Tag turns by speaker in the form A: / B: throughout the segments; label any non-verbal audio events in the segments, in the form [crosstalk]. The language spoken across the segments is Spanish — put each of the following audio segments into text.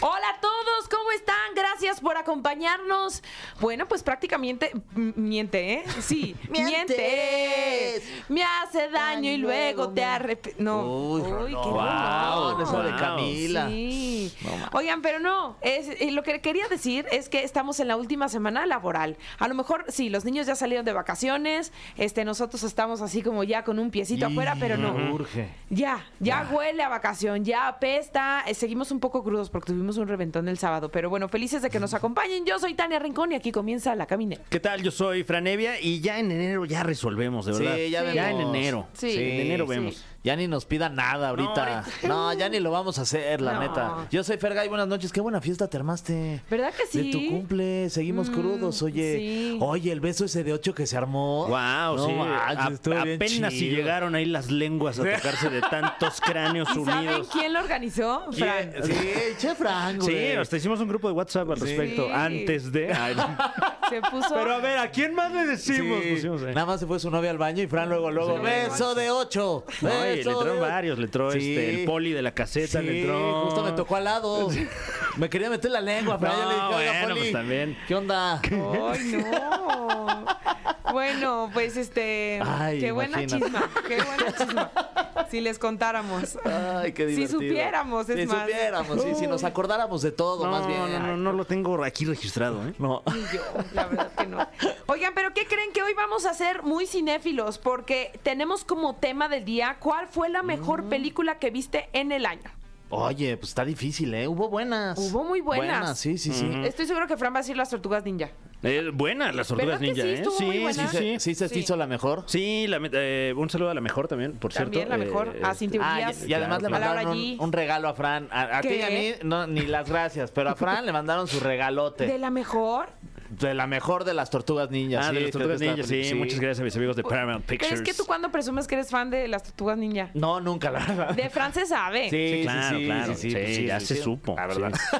A: Hola a todos, ¿cómo están? Gracias por acompañarnos. Bueno, pues prácticamente m- miente, ¿eh?
B: [laughs]
A: Sí, miente.
B: Mientes.
A: Me hace daño y
B: Daño,
A: luego
B: luego
A: te
B: me-
A: arrepientes. No.
B: Uy, no.
A: qué
B: Guau,
A: dolor.
B: Oh, eso de Camila.
A: Sí.
B: No más.
A: Oigan, pero no, es, eh, lo que quería decir es que estamos en la última semana laboral. A lo mejor, sí, los niños ya salieron de vacaciones, este, nosotros estamos así como ya con un piecito afuera, pero no.
C: Urge.
A: Ya, ya huele a vacación, ya apesta. Eh, Seguimos un poco crudos porque tuvimos un reventón el sábado, pero bueno, felices de que nos acompañen. Yo soy Tania Rincón y aquí comienza la caminera.
C: ¿Qué tal? Yo soy Franevia y ya en enero ya resolvemos, de
B: Sí,
C: verdad.
B: ya vemos.
C: en enero.
A: Sí.
C: En enero
A: Sí.
C: vemos.
B: Ya ni nos pidan nada ahorita. [laughs] No, ya ni lo vamos a hacer, la
A: No.
B: neta. Yo soy Fergay, buenas noches. Qué buena fiesta te armaste.
A: ¿Verdad que sí?
B: De tu cumple, seguimos
A: Mm,
B: crudos, oye.
A: sí.
B: Oye, el beso ese de ocho que se armó.
C: Wow,
B: Oh, No
C: sí.
B: manches,
C: A-
B: estuvo bien
C: apenas si
B: chido.
C: llegaron ahí
B: [laughs]
C: las lenguas a tocarse de tantos cráneos
A: ¿Y saben
C: unidos.
A: quién lo organizó? Fran.
C: ¿Quién?
B: Sí, che Frank,
C: Sí,
B: güey.
C: hasta hicimos un grupo de WhatsApp al respecto
A: Sí.
C: antes de. Ay, no.
A: Se puso.
C: Pero a ver, ¿a quién más le decimos?
B: Sí.
C: Pusimos ahí.
B: Nada más se fue su novia al baño y Fran luego, luego,
C: Sí.
B: beso de ocho.
C: No,
B: beso
C: y le entraron
B: de-
C: varios, le entró
B: Eh, Sí.
C: este, el poli de la caseta, le
B: Sí,
C: entró.
B: justo me tocó al lado. Me quería meter la lengua, Fran. ya le dije,
C: No,
B: oiga,
C: bueno,
B: Poli,
C: pues también.
B: ¿Qué onda?
A: ¡Ay, no! Bueno, pues este.
B: Ay,
A: qué buena
B: imagínate.
A: chisma. Qué buena chisma. Si les contáramos.
B: Ay, qué
A: Si
B: divertido.
A: supiéramos, es
B: Si
A: más.
B: supiéramos, sí, si nos acordáramos de todo,
C: No,
B: más bien.
C: no, no, no lo tengo aquí registrado, ¿eh?
B: No. [laughs]
A: Ni yo, la verdad que no. Oigan, pero ¿qué creen que hoy vamos a ser muy cinéfilos? Porque tenemos como tema del día cuál fue la mejor
B: Mm.
A: película que viste en el año.
B: Oye, pues está difícil, ¿eh? Hubo buenas.
A: Hubo muy buenas.
B: sí, sí, sí.
A: Estoy seguro que Fran va a decir las tortugas ninja.
C: Eh, buena las tortugas
A: ¿Verdad que
C: ninja,
A: sí?
C: ¿eh?
A: Estuvo muy buena.
B: Sí, se-
C: sí, sí.
B: sí se
A: Sí.
B: hizo la mejor. Ah,
C: Sí, la met- eh, un saludo a la mejor también, por
A: También
C: cierto.
A: la mejor, a
C: este,
A: Cintia
B: Ah,
A: Urias.
B: y, y además le
A: Claro, claro.
B: mandaron
A: A Laura
B: un,
A: G.
B: un regalo a Fran. A, a ti y a mí,
A: ¿Qué?
B: no, ni las gracias, pero a Fran le mandaron su regalote.
A: ¿De la mejor?
B: De la mejor de las tortugas ninjas.
C: Ah, de
B: sí,
C: las tortugas
B: creo que
C: ninja,
B: está-
C: sí, Muchas gracias a mis amigos de Paramount
A: Pero
C: Pictures.
A: es que tú cuando presumes que eres fan de las tortugas ninja.
B: No, nunca, la verdad.
A: De Fran se sabe.
B: Sí, sí,
C: claro,
B: sí,
C: claro.
B: sí,
C: Sí,
B: sí, pues sí,
C: ya
B: sí,
C: se
B: sí.
C: supo.
B: La verdad.
C: sí.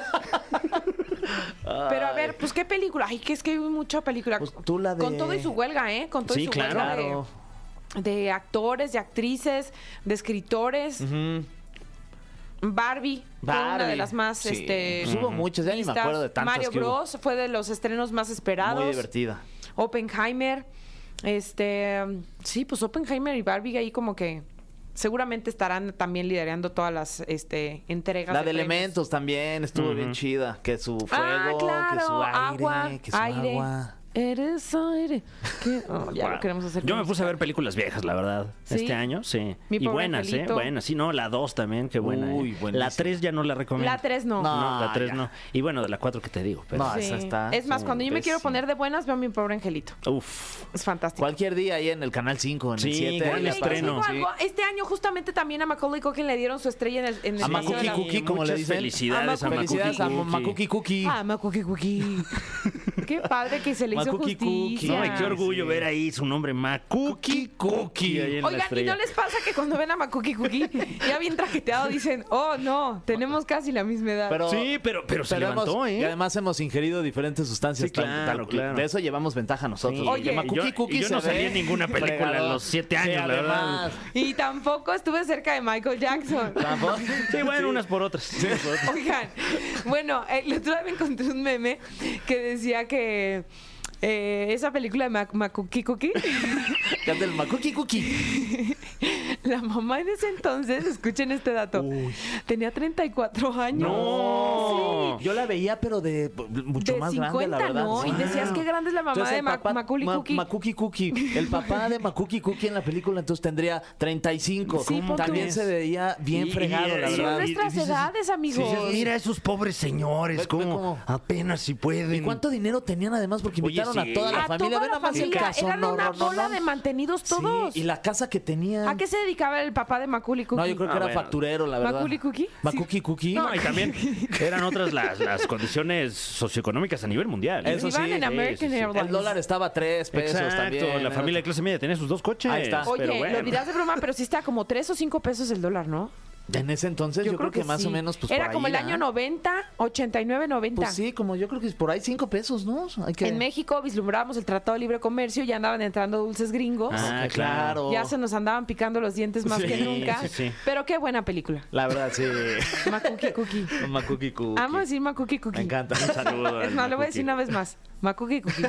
A: Pero a ver, pues qué película. Ay, que es que hay mucha película.
B: Pues tú la de-
A: Con todo y su huelga, ¿eh? Con todo y
C: Sí,
A: su
C: claro.
A: huelga de- de, actores, de actrices, de escritores.
B: Ujú.
A: Barbie, fue una de
B: Barbie,
A: las más
B: sí.
A: este
B: Pues hubo muchas, ya ni me
A: vistas.
B: acuerdo de tantas
A: Mario
B: que hubo.
A: Bros fue de los estrenos más esperados.
B: Muy divertida.
A: Oppenheimer. Este, sí, pues Oppenheimer y Barbie ahí como que seguramente estarán también liderando todas las este entregas
B: La de
A: premios.
B: elementos también estuvo bien chida. Que su fuego,
A: ah, claro,
B: que su aire,
A: agua,
B: que su
A: aire.
B: agua.
A: Eres aire. ¿Qué? Oh, ya lo
C: Wow.
A: queremos hacer.
C: Yo
A: con
C: me puse a ver películas viejas, la verdad.
A: Sí.
C: Este año, sí.
A: Mi
C: y
A: pobre
C: buenas,
A: angelito.
C: ¿eh? Buenas, sí, no, la 2 también, qué buena. ¿eh?
B: Uy, buenísima.
C: La 3 ya no la recomiendo.
A: La 3 no.
B: No,
C: No, la 3
B: ya.
C: no. Y bueno, de la 4 que te digo, pero.
B: No, Ah, esa
A: Sí.
B: está
A: Es más, cuando yo me quiero
C: pésima.
A: poner de buenas, veo a mi pobre angelito.
C: Uf.
A: Es fantástico.
B: Cualquier día ahí en el canal 5, en
C: Sí,
B: el 7.
C: gran
B: ahí
A: Oye,
B: la
A: ¿y les digo
C: estreno.
B: pasan, sí.
A: algo? Este año justamente también a Macaulay Culkin le dieron su estrella en el, en el
B: A
A: Museo de
B: Makuki
A: la-
B: Cookie, como le
C: Muchas
B: dicen.
C: felicidades
A: A
B: a
A: Makuki
B: Felicidades a
C: Cookie.
B: Makuki Cookie.
A: Ah, Macaulay
B: [laughs]
A: Culkin. Qué padre que se le hizo
B: Macaulay Culkin.
A: justicia.
C: No, y qué orgullo ver ahí su nombre, Makuki Cookie. ahí en la
A: Oigan, ¿y
C: estrella.
A: no les pasa que cuando ven a Makuki Cookie ya bien trajeteado dicen, oh no, tenemos casi la misma edad?
B: Pero-
C: Sí, pero, pero se
B: Pero hemos-
C: levantó, ¿eh?
B: Y además hemos ingerido diferentes sustancias.
C: Sí, claro, claro.
B: De eso llevamos ventaja nosotros.
C: Sí.
A: Oye,
B: Makuki
C: y yo- y
B: Cookie
C: yo
B: se
C: no salí
B: ve
C: en ninguna película a
B: fregador.
C: los siete
B: Sí,
C: años, la verdad.
B: además.
A: Y tampoco estuve cerca de Michael Jackson.
B: Tampoco.
C: Sí, bueno, unas por otras.
A: Oigan, bueno, eh, el otro día me encontré un meme que decía que eh, esa película de Mac- Makuki Cookie
B: Canta el Makuki Cookie.
A: [laughs] La mamá en ese entonces, escuchen este dato, tenía 34 años.
C: ¡No!
A: Sí.
B: Yo la veía, pero de mucho
A: Oh. De
B: más
A: 50,
B: grande, la verdad.
A: ¿no? Y
B: Sí.
A: decías que grande es la mamá
B: Entonces,
A: de
B: el
A: Ma-
B: papá-
A: Macaulay
B: Ma-
A: Culkin.
B: Macaulay Culkin. El papá de Makuki Cookie en la película entonces tendría 35.
A: Sí, pon tú.
B: También se veía bien
C: Y- y-
B: fregado, la
C: y-
A: Son
B: verdad.
C: y-
A: nuestras
C: dices-
A: edades, amigos.
C: mira esos pobres señores,
B: Ve- ve
C: como
B: cómo-
C: apenas si pueden.
B: ¿Y cuánto dinero tenían además? Porque
C: Oye,
B: invitaron
C: sí.
B: a toda la
A: a
B: familia.
A: toda
B: Ve
A: la
B: nada más el
A: familia.
B: casón,
A: Eran
B: no,
A: una
B: no, no,
A: bola
B: no.
A: de mantenidos
B: Sí,
A: todos.
B: y la casa que tenían.
A: ¿A qué se dedicaba el papá de Macaulay Culkin?
B: No, yo creo que
C: Ah,
B: era
C: bueno.
B: facturero, la verdad.
A: ¿Macaulay Culkin?
B: Macuki Cookie.
C: No, y también
B: [laughs]
C: eran otras las, las condiciones socioeconómicas a nivel mundial. ¿eh?
B: Eso
A: Iban
B: sí,
A: en
B: sí,
A: American
C: sí, sí.
A: Airlines.
B: El dólar estaba a tres pesos
C: Exacto,
B: también.
C: la familia de clase media tenía sus dos coches.
B: Ahí está.
A: Oye,
C: pero bueno.
A: lo dirás de broma, pero sí está como 3 o 5 pesos el dólar, ¿no?
B: En ese entonces yo, creo, que, más
A: sí.
B: o menos pues
A: Era
B: por
A: como
B: ahí,
A: el año
B: ¿no?
A: 90, 89, 90.
B: Pues sí, como yo creo que es por ahí cinco pesos, ¿no? Hay que...
A: En México vislumbrábamos el Tratado de Libre Comercio, ya andaban entrando dulces gringos.
C: Ah,
B: Ah, claro.
A: Ya se nos andaban picando los dientes más
C: Sí,
A: que nunca.
C: sí, sí.
A: Pero qué buena película.
B: La verdad, sí.
A: Makuki Cookie.
B: Macuki Cookie.
A: Amo decir Makuki Cookie.
B: Me encanta.
C: Un saludo.
A: Es
C: al
A: más, lo voy a
C: Cookie.
A: decir una vez más. Makuki
C: [laughs]
A: Cookie.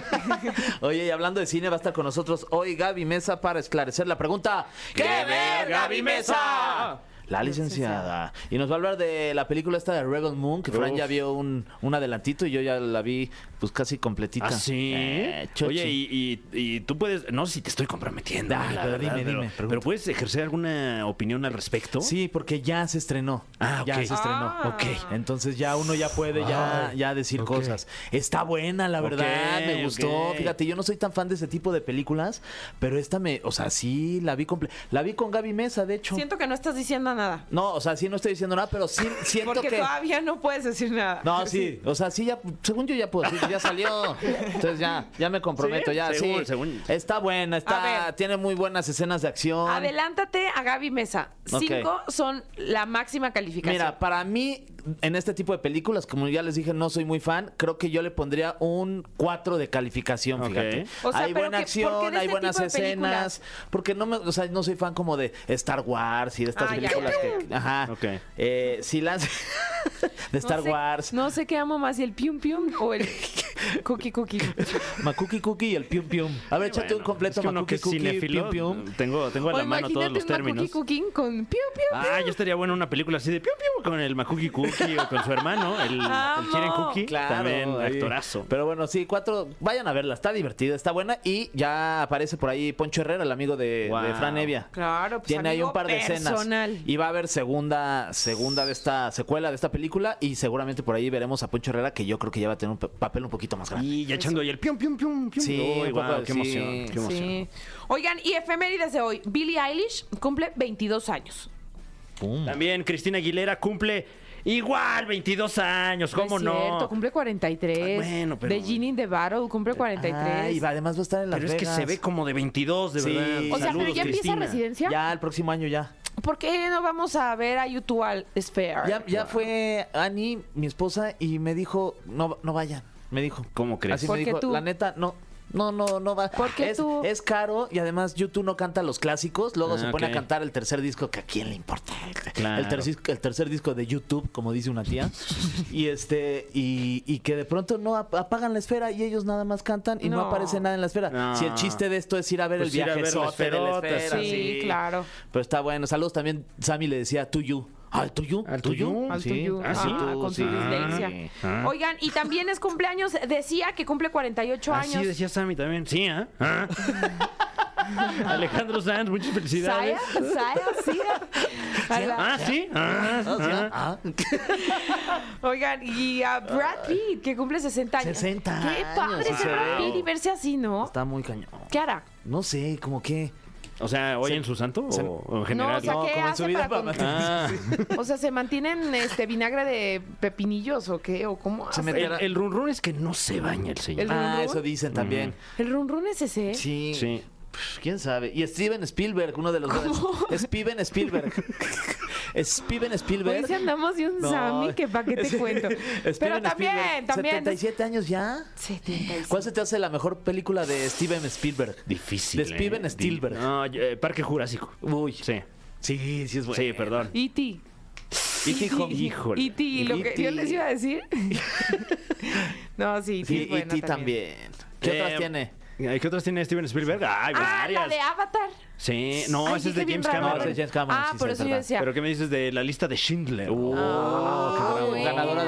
B: Oye, y hablando de cine, va a estar con nosotros hoy Gaby Mesa para esclarecer la pregunta.
C: ¿Qué ver, Gaby Mesa?
B: La licenciada. Y nos va a hablar de la película esta de Rebel Moon, que Fran
C: Uf.
B: ya vio un, un adelantito y yo ya la vi pues casi completita.
C: ¿Ah, sí?
B: Eh, chochi.
C: Oye, y, y- y tú puedes. No sé si te estoy comprometiendo.
B: Ah,
C: la
B: pero
C: verdad,
B: dime,
C: pero,
B: dime, pregunta.
C: pero puedes ejercer alguna opinión al respecto.
B: Sí, porque ya se estrenó.
C: Ah,
B: Ya
C: ok.
B: se estrenó.
A: Ah.
B: Ok. Entonces ya uno ya puede ya,
C: Ay,
B: ya decir
C: ok.
B: cosas. Está buena, la verdad.
C: Ok,
B: me gustó.
C: ok.
B: Fíjate, yo no soy tan fan de ese tipo de películas, pero esta me, o sea, sí la vi comple La vi con Gaby Mesa, de hecho.
A: Siento que no estás diciendo nada.
B: No, o sea, sí no estoy diciendo nada,
A: [laughs]
B: pero sí siento
A: Porque
B: que.
A: todavía no puedes decir nada.
B: No, sí, o sea, sí ya, según yo ya puedo decir, ya salió. Entonces ya, ya me comprometo,
C: ¿Sí?
B: ya,
C: Según-
B: sí.
C: según-
B: Está buena,
A: A ver.
B: está, tiene muy buenas escenas de acción.
A: Adelántate a Gaby Mesa.
B: Ok.
A: Cinco son la máxima calificación.
B: Mira, para mí, en este tipo de películas, como ya les dije, no soy muy fan. Creo que yo le pondría un 4 de calificación,
C: Ok.
B: fíjate.
A: O sea,
B: hay
A: pero que- ¿por
B: buena
A: qué
B: acción,
A: de
B: hay
A: este
B: buenas
A: tipo de películas?
B: escenas. Porque no me, o sea, no soy fan como de Star Wars y de estas
A: Ah, ya,
B: películas
A: ya. [laughs]
B: que. Ajá.
C: Ok.
B: Eh, sí las. [laughs]
A: No
B: de Star
A: sé-
B: Wars.
A: No sé qué amo más, si el pium pium o
C: [laughs]
A: el cookie cookie.
B: Macuki Cookie y el Pium Pium. A ver, échate
C: Bueno,
B: un completo
C: es que uno que
B: Macuki
C: es
B: Cookie, Pium
C: cinéfilo,
B: Pium.
C: Tengo, tengo a
A: O
C: la mano todos los
A: imagínate un
C: términos.
A: cookie cookie con pium pium.
C: Ah, ya estaría bueno una película así de piu piu con el Makuki Cookie o con su hermano, el, el
A: Amo.
C: Kiren Cookie.
B: Claro,
C: también
B: ahí.
C: actorazo.
B: Pero bueno, sí, cuatro. Vayan a verla, está divertida, está buena. Y ya aparece por ahí Poncho Herrera, el amigo de,
C: Wow.
B: de Fran Evia.
A: Claro, pues
B: Tiene ahí
A: amigo
B: un par de
A: personal.
B: escenas. Y va a haber segunda, segunda de esta secuela de esta película. Y seguramente por ahí veremos a Poncho Herrera, que yo creo que ya va a tener un pa- papel un poquito más grande.
C: Y ya echando ahí el pium pium pium pium.
B: Sí,
C: Uy,
B: un poco
C: guau,
B: de-
C: qué
B: sí,
C: emoción, qué emoción.
A: Sí. Oigan, y efemérides de hoy. Billie Eilish cumple 22 años.
B: Pum.
C: También Cristina Aguilera cumple igual 22 años, ¿cómo
A: es Cierto,
C: no?
A: cumple 43.
C: Ay, bueno, pero-
A: De Ginny de Battle cumple 43.
B: Ah, y va- además va a estar en Las
C: Pero es que
B: Vegas.
C: se ve como de 22, de
B: Sí.
C: verdad.
B: O sea,
A: o sea, pero
C: Saludos,
A: ya empieza
C: Cristina.
A: residencia.
B: Ya, el próximo año ya.
A: ¿Por qué no vamos a ver a Utual Sphere?
B: Ya, ya fue Ani, mi esposa, y me dijo, no, no vayan. Me dijo.
C: ¿Cómo crees?
B: Así me
A: Porque
B: dijo,
A: tú-
B: la neta, no. No, no, no va.
A: Porque
B: es,
A: tú-
B: es caro y además YouTube no canta los clásicos. Luego
C: Ah,
B: se pone
C: ok.
B: a cantar el tercer disco, que a quién le importa. El-
C: Claro.
B: El, tercer, el tercer disco de YouTube, como dice una
C: [laughs]
B: tía. y este y, y que de pronto no ap- apagan la esfera y ellos nada más cantan y no,
A: No.
B: aparece nada en la esfera.
C: No.
B: Si el chiste de esto es ir a ver
C: Pues
B: el
C: ir a ver la
B: viaje de la
C: esferota,
B: esfera.
A: sí, claro.
B: Pero está bueno. Saludos también. Sammy le decía, tú, you. Al tuyo.
C: ¿Al to you?
A: Al
B: Sí.
A: tuyo.
C: Ah, sí.
A: Ah,
B: tú,
A: con
B: sí.
A: su dislexia.
C: Ah.
A: Oigan, y también es cumpleaños. Decía que cumple 48
C: Así
A: años.
C: Ah, decía Sammy también. Sí, ¿ah?
A: [laughs]
C: ¿Ah? Alejandro Sanz, muchas felicidades.
A: Saya, Saya,
B: [laughs]
A: Sia. A la-
C: Ah, sí. Ah,
B: Ah, sí,
C: ah.
B: ah, ah.
A: Oigan, y a Brad Pitt, que cumple 60 años.
B: 60
A: Qué padre
B: años,
A: ser
C: sí.
A: Brad Pitt y verse así, ¿no?
B: Está muy cañón.
A: ¿Qué hará?
B: No sé, como que.
C: O sea, ¿hoy
B: Se-
C: en su santo o,
B: se-
C: o en general?
A: No, o sea,
B: No,
A: ¿qué
B: como en su
A: hace
B: vida
A: para,
B: para
A: con-
B: mantener-
A: [laughs]
C: Ah.
A: O sea, ¿se mantienen este vinagre de pepinillos o qué? ¿O cómo hace?
B: me-
C: El, el run run es que no se baña el señor.
A: ¿El
B: Ah,
A: run-run?
B: eso dicen también.
A: ¿El run run es ese?
B: Sí.
C: Sí.
B: Pf, ¿Quién sabe? Y Steven Spielberg, uno de los [laughs] dos. Steven
A: [laughs]
B: Spielberg. Steven
A: Hoy
B: Spielberg.
A: sí andamos de un
B: No.
A: Sammy que pa' qué te
B: [laughs] Sí.
A: cuento. Pero
B: Steven
A: también,
B: Spielberg.
A: también.
B: 77 años ya.
A: 75.
B: ¿Cuál se te hace la mejor película de Steven Spielberg?
C: Difícil.
B: De Steven
C: eh.
B: Spielberg.
C: No, yo- eh, Parque Jurásico.
B: Uy.
C: Sí.
B: Sí, sí es bueno.
C: Sí, perdón.
A: E.T. [laughs]
B: E.T., hijo. E
C: Híjole.
A: E.T., E lo que
B: E.T..
A: yo les iba a
B: [laughs]
A: decir. no, sí,
B: Sí,
A: sí, es
B: y
A: bueno
B: ti también. ¿Qué
C: Eh,
B: otras tiene?
C: ¿Qué otras tiene Steven Spielberg? Ay,
A: Ah, la
C: varias.
A: de Avatar.
C: Sí, no,
A: Ay,
C: ese es de
A: dije bien
C: James
A: raro.
C: Cameron.
B: No, ese es James Cameron,
A: Ah,
B: sí,
A: por eso
B: sí, es
A: yo
B: verdad.
A: decía.
C: Pero ¿qué me dices de la lista de Schindler?
B: Oh, qué
A: Ah,
B: bravo.
A: buena.
B: Ganadora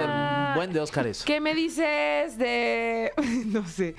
B: de buen de Óscares.
A: ¿Qué me dices de.? [laughs] no sé.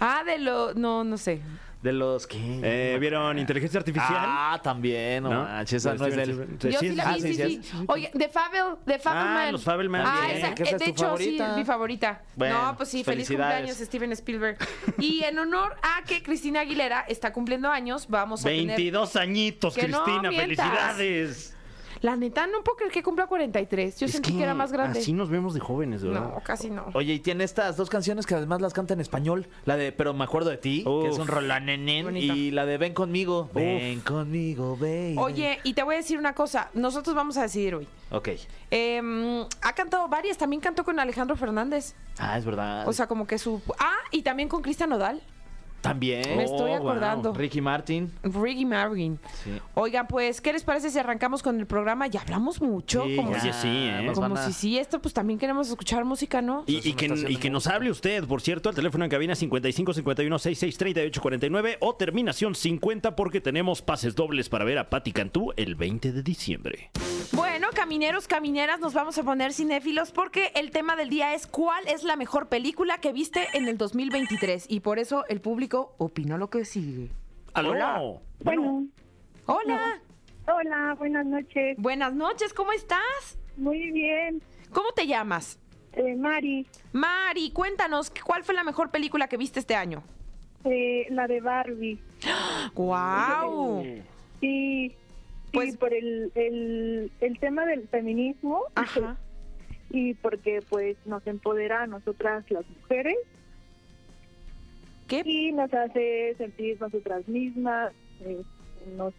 A: Ah, de lo. No, no sé.
B: De los que.
C: Eh, ¿Vieron Inteligencia Artificial?
B: Ah, también, no,
C: ¿No?
B: manches, esa no es de él.
C: Steven Spielberg.
A: Yo sí, la
B: ah,
A: vi, sí,
B: sí,
A: sí.
B: sí,
A: Oye, de Fabel, de Fabelman.
C: los Fabelman.
A: Ah,
C: Bien,
A: esa,
B: que esa
A: eh,
B: es
A: de
B: tu
A: hecho,
B: favorita.
A: sí, mi favorita.
B: Bueno,
A: no, pues sí, feliz
B: felicidades.
A: cumpleaños, Steven Spielberg. Y en honor a que Cristina Aguilera está cumpliendo años, vamos a tener
C: 22 añitos,
A: Que no
C: Cristina,
A: mientas.
C: felicidades.
A: La neta, no puedo creer que cumpla 43. Yo
C: Es
A: sentí que, era más grande.
C: Así nos vemos de jóvenes, ¿verdad?
A: no, casi no.
B: Oye, y tiene estas dos canciones que además las canta en español. La de Pero me acuerdo de ti, que es
C: Uf.
B: un rolón nenén,
A: Bonita.
B: Y la de Ven conmigo. Ven conmigo, baby.
A: Oye, y te voy a decir una cosa. Nosotros vamos a decidir hoy.
B: Ok.
A: Eh, ha cantado varias. También cantó con Alejandro Fernández.
B: Ah, es verdad.
A: O sea, como que su. Ah, y también con Cristian Nodal.
B: también.
A: me estoy
C: Oh, wow.
A: acordando.
B: Ricky Martin.
A: Ricky Marvin.
B: Sí.
A: Oigan, pues, ¿qué les parece si arrancamos con el programa? Ya hablamos mucho.
B: Sí,
A: como
C: ya.
A: si,
C: Oye, sí, ¿eh?
B: nos
A: como
B: van a-
A: si sí, esto, pues también queremos escuchar música, ¿no?
C: Y, y
B: una
C: que,
B: estación
C: y
B: de
C: que nos
B: música.
C: hable usted, por cierto, al teléfono en cabina 55 51 66 38 49 o terminación 50 porque tenemos pases dobles para ver a Patti Cantú el 20 de diciembre.
A: Bueno, camineros, camineras, nos vamos a poner cinéfilos porque el tema del día es cuál es la mejor película que viste en el 2023 y por eso el público opinó lo que sigue.
C: ¿Aló?
A: Hola.
C: Bueno,
D: Bueno,
A: Hola,
D: hola, buenas noches.
A: buenas noches, ¿cómo estás?
D: Muy bien,
A: ¿Cómo te llamas?
D: eh, Mari,
A: Mari, cuéntanos, ¿cuál fue la mejor película que viste este año?
D: eh, la de Barbie.
A: ¡Guau!
D: Sí,
A: Pues-
D: sí, por el, el, el tema del feminismo
A: Ajá.
D: y porque pues nos empodera a nosotras las mujeres
A: ¿Qué?
D: y nos hace sentir nosotras mismas, eh, nos,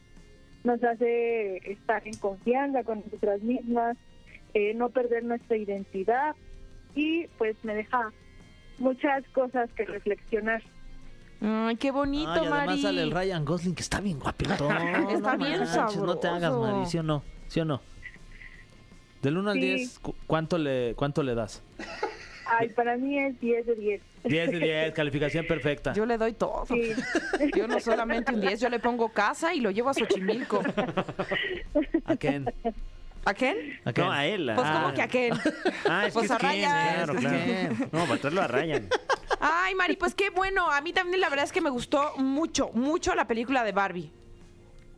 D: nos hace estar en confianza con nosotras mismas, eh, no perder nuestra identidad y pues me deja muchas cosas que reflexionar.
A: Ay, qué bonito,
B: Ay, además
A: Mari.
B: sale el Ryan Gosling que está
A: [laughs]
B: bien guapetón.
A: Está
B: no
A: bien
B: No te hagas,
A: sabroso.
B: Mari, ¿sí o no? ¿Sí o no? Del 1 al
D: Sí.
B: 10, cu- ¿cuánto le, ¿cuánto le
A: [laughs]
B: das?
D: Ay, para mí es 10 de 10.
B: 10 de 10, calificación perfecta.
A: Yo le doy todo. [laughs]
D: Sí.
A: Yo no solamente un 10, yo le pongo casa y lo llevo a Xochimilco.
B: ¿A Ken?
A: [laughs] ¿A quién?
B: ¿A Ken?
C: No, a él.
A: Pues,
C: ah.
A: ¿cómo que a quién?
C: Ah,
A: [laughs]
C: es
A: Pues
C: que
A: a
C: es Ken,
A: Ryan.
C: claro,
B: Es que es
C: claro. No, para traerlo
B: [laughs]
C: a Ryan.
A: Ay, Mari, pues qué bueno. A mí también la verdad es que me gustó mucho, mucho la película de Barbie.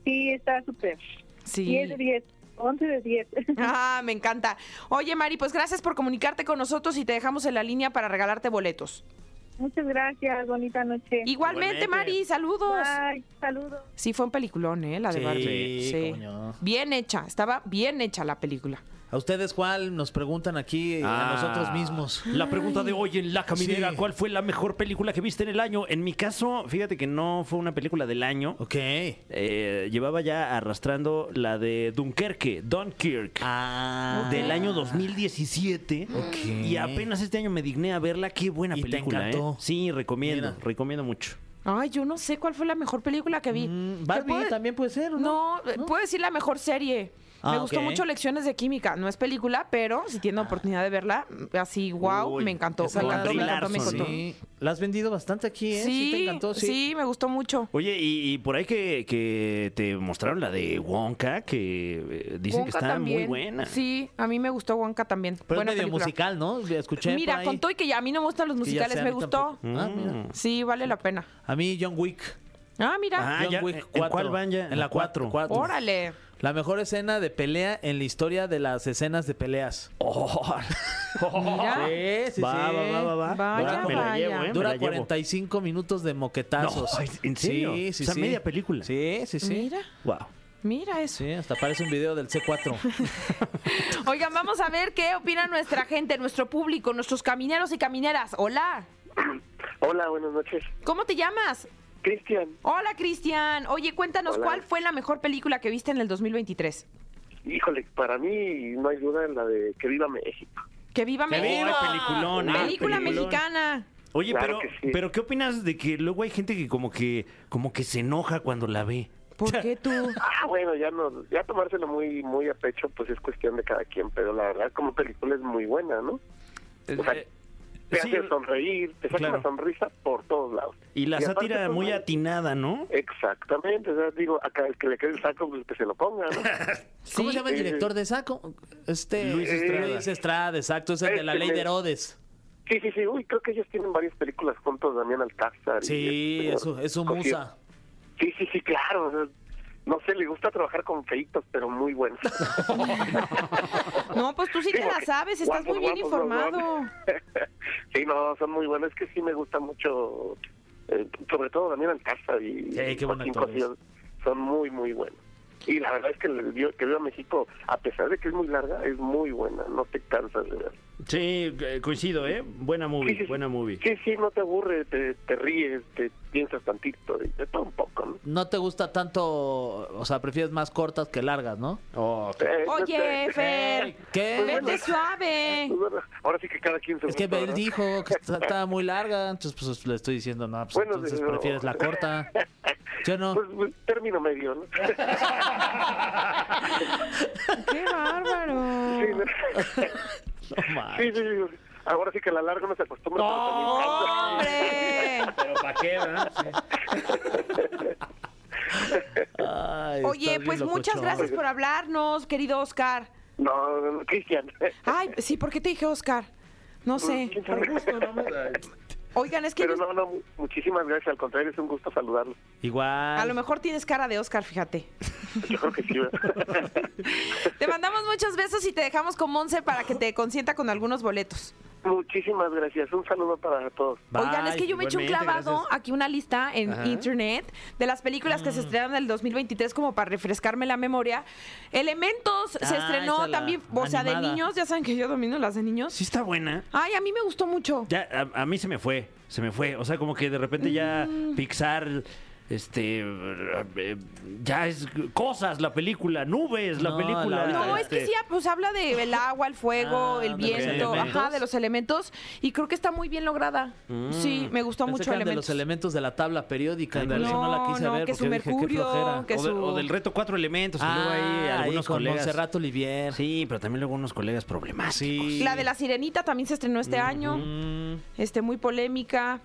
D: Sí, está súper.
A: Sí.
D: 10 de 10, 11 de 10.
A: Ah, me encanta. Oye, Mari, pues gracias por comunicarte con nosotros y te dejamos en la línea para regalarte boletos.
D: [laughs] Muchas gracias, bonita noche.
A: Igualmente,
C: Igualmente.
A: Mari, saludos.
D: Bye, saludos.
A: Sí, fue un peliculón, ¿eh? La de
B: Sí,
A: Barbie.
B: cómo no.
A: Bien hecha, estaba bien hecha la película.
B: ¿A ustedes cuál nos preguntan aquí eh, a nosotros mismos?
C: Ah. La pregunta de hoy en La Caminera,
B: Sí.
C: ¿cuál fue la mejor película que viste en el año? En mi caso, fíjate que no fue una película del año.
B: Ok.
C: Eh, llevaba ya arrastrando la de Dunkerque, Dunkirk.
B: Ah.
C: Del año 2017
B: Ok.
C: y apenas este año me digné a verla, qué buena
B: Y te
C: película. ¿eh?
B: encantó.
C: Sí, recomiendo,
B: Mira.
C: recomiendo mucho.
A: Ay, yo no sé cuál fue la mejor película que vi.
B: Mm,
A: ¿Te
B: Barbie
A: puedo-
B: también puede ser, ¿o ¿no?
A: No, eh, puedo decir la mejor serie.
B: Ah,
A: me gustó
B: ok. Ah.
A: mucho Lecciones de Química. No es película, pero si tienen oportunidad de verla, así, wow,
C: Uy,
A: me encantó.
C: esa
A: Me
C: con
A: encantó, me
C: Brie
A: encantó, me
C: Larson,
A: encantó.
B: Sí. La has vendido bastante aquí, ¿eh? Sí, te encantó, sí.
A: sí, me gustó mucho.
C: Oye, y, y por ahí que, que te mostraron la de Wonka, que eh, dicen
A: Wonka
C: que está muy
A: también.
C: buena.
A: Sí, a mí me gustó Wonka también.
B: Pero
A: Buena
B: es medio
A: película.
B: musical, ¿no? Escuché por
A: Mira,
B: ahí
A: con todo y que ya a mí no me gustan los
B: que ya
A: musicales,
B: sea, a
A: me
B: mí
A: gustó.
B: tampoco. Ah,
C: Mm.
B: mira.
A: Sí, vale la pena.
B: A mí John Wick.
A: Ah, mira.
C: Ah,
B: John
C: ya,
B: Wick
C: ¿en
B: 4.
C: cuál van ya?
B: En la 4.
A: Órale.
B: La mejor escena de pelea en la historia de las escenas de peleas.
C: Oh.
A: [laughs] Mira.
B: Sí, sí,
C: va,
B: sí.
C: va, va, va, va.
A: Vaya,
C: me la
A: vaya.
C: llevo, ¿eh? Me la
B: Dura
C: llevo.
B: 45 minutos de moquetazos.
C: No, ¿en serio?
B: Sí, sí,
C: O sea,
B: sí.
C: media película.
B: Sí, sí, sí.
A: Mira,
C: Wow.
A: mira eso.
B: Sí, hasta parece un video del C4.
A: Oigan, vamos a ver qué opina nuestra gente, nuestro público, nuestros camineros y camineras. Hola,
E: Hola, buenas noches.
A: ¿cómo te llamas?
E: Cristian,
A: Hola, Cristian. Oye, cuéntanos,
E: Hola.
A: ¿cuál fue la mejor película que viste en el 2023?
E: híjole, para mí no hay duda en la de que viva México.
A: Que viva
C: ¡Qué
A: México.
C: peliculón, eh!
A: Película
C: Peliculón.
A: mexicana.
C: Oye,
E: Claro
C: pero,
E: que sí.
C: pero ¿qué opinas de que luego hay gente que como que, como que se enoja cuando la ve?
A: ¿Por qué tú?
E: Ah, bueno, ya no, ya tomárselo muy, muy a pecho, pues es cuestión de cada quien, pero la verdad como película es muy buena, ¿no? O sea, te
C: sí,
E: hace sonreír, te saca
C: claro.
E: una sonrisa por todos lados.
C: Y la
E: aparte,
C: sátira
E: pues,
C: muy
E: no-
C: atinada, ¿no?
E: Exactamente, o sea, digo, acá el que le quede el saco, pues que se lo ponga,
B: [laughs]
E: ¿no?
C: [laughs]
A: Sí.
B: ¿Cómo se llama el director de saco? Este,
C: Luis Estrada.
B: Luis Estrada, exacto. Es el de la
E: Este
B: ley
E: me-
B: de Herodes.
E: sí, sí, sí, uy, creo que ellos tienen varias películas juntos, Damián Alcázar. y
B: Sí,
E: este
B: es su,
E: señor
B: es su
E: Cosío.
B: musa.
E: Sí, sí, sí, claro. o sea, no sé, le gusta trabajar con feitos, pero muy buenos.
A: [laughs] No, pues tú sí te
E: Digo
A: la
E: que
A: sabes, estás muy
E: guapos,
A: bien
E: guapos, los
A: informado.
E: dos. [laughs] sí, no, son muy buenos. Es que sí me gusta mucho, eh, sobre todo Damián Alcázar y
B: Sí, qué buen
E: Joaquín
B: actor es.
E: Cosío. Son muy, muy buenos. Y la verdad es que el Viva- que Viva México, a pesar de que es muy larga, es muy buena, no te cansas de ver.
C: Sí, eh, coincido, ¿eh? Buena movie,
E: Sí, sí, sí.
C: buena movie.
E: Sí, sí, no te aburre, te, te ríes, te piensas tantito, de, de todo un poco, ¿no?
B: No te gusta tanto, o sea, prefieres más cortas que largas, ¿no?
C: Oh, ok.
E: Eh, no
A: Oye,
E: sé.
A: Fer,
B: ¿Qué?
E: Pues
A: vete
E: bueno.
A: suave.
E: Pues bueno, ahora sí que cada quien se
B: Es que
E: gusta,
B: Bel
E: ¿no?
B: dijo que está- estaba muy larga, entonces pues le estoy diciendo, no, pues
E: [laughs] Bueno,
B: entonces
E: sí, no.
B: prefieres la corta. Yo no. [laughs]
E: Pues, pues, término medio, ¿no?
A: Qué bárbaro.
E: Este. Sí, ¿no?
C: No manches.
E: sí, sí, sí. Ahora sí que a la larga no se acostumbra. pero también-
A: ¡Hombre!
C: Pero ¿para qué, verdad?
B: Ay,
A: Oye,
B: estás bien
A: pues muchas
B: locochón.
A: gracias por hablarnos, querido Oscar.
E: [laughs] No, no, no, Cristian.
A: Ay, sí, ¿por qué te dije Oscar? No sé. Oigan, es que
E: Pues, Pero
A: yo-
E: no, no, muchísimas gracias. Al contrario, es un gusto saludarlos.
B: Igual.
A: a lo mejor tienes cara de Oscar, fíjate.
E: Yo creo que sí. ¿verdad? [laughs]
A: Te mandamos muchos besos y te dejamos con Monse para que te consienta con algunos boletos.
E: muchísimas gracias. Un saludo para todos.
B: Bye,
A: Oigan, es que yo me eché un
C: igualmente,
A: clavado
C: gracias.
A: aquí una lista en
C: Ajá. Mm.
A: internet de las películas que se estrenaron en el 2023 como para refrescarme la memoria. Elementos se
B: Ah,
A: estrenó
B: esa la
A: también, o sea, de
B: animada.
A: niños, ya saben que yo domino las de niños.
C: Sí está buena.
A: Ay, a mí me gustó mucho.
C: Ya, a, a mí se me fue, se me fue. O sea, como que de repente ya Pixar, este, eh, ya es cosas, la película, nubes, la
B: No,
C: película.
B: la-
A: No, es que
C: este,
A: sí, pues habla de el agua, el fuego,
B: Ah,
A: el
B: de los
A: viento,
C: elementos.
A: ajá, de los elementos. Y creo que está muy bien lograda. Sí, me gustó
B: Mm, Pensé
A: mucho
B: que eran de
A: elementos.
B: los elementos de la tabla periódica,
C: Ándale.
B: no, no la quise
A: No, no,
B: ver
A: que
B: porque
A: su
B: dije,
A: mercurio,
B: qué flojera.
A: que
C: o, de-
A: su-
C: o del reto cuatro elementos. que
B: Ah,
C: luego hay
B: ahí
C: algunos
B: con
C: colegas.
B: Montserrat Olivier.
C: Sí, pero también luego unos colegas problemáticos.
B: Sí.
A: La de la sirenita también se estrenó este año.
B: Mm,
A: Este, muy polémica.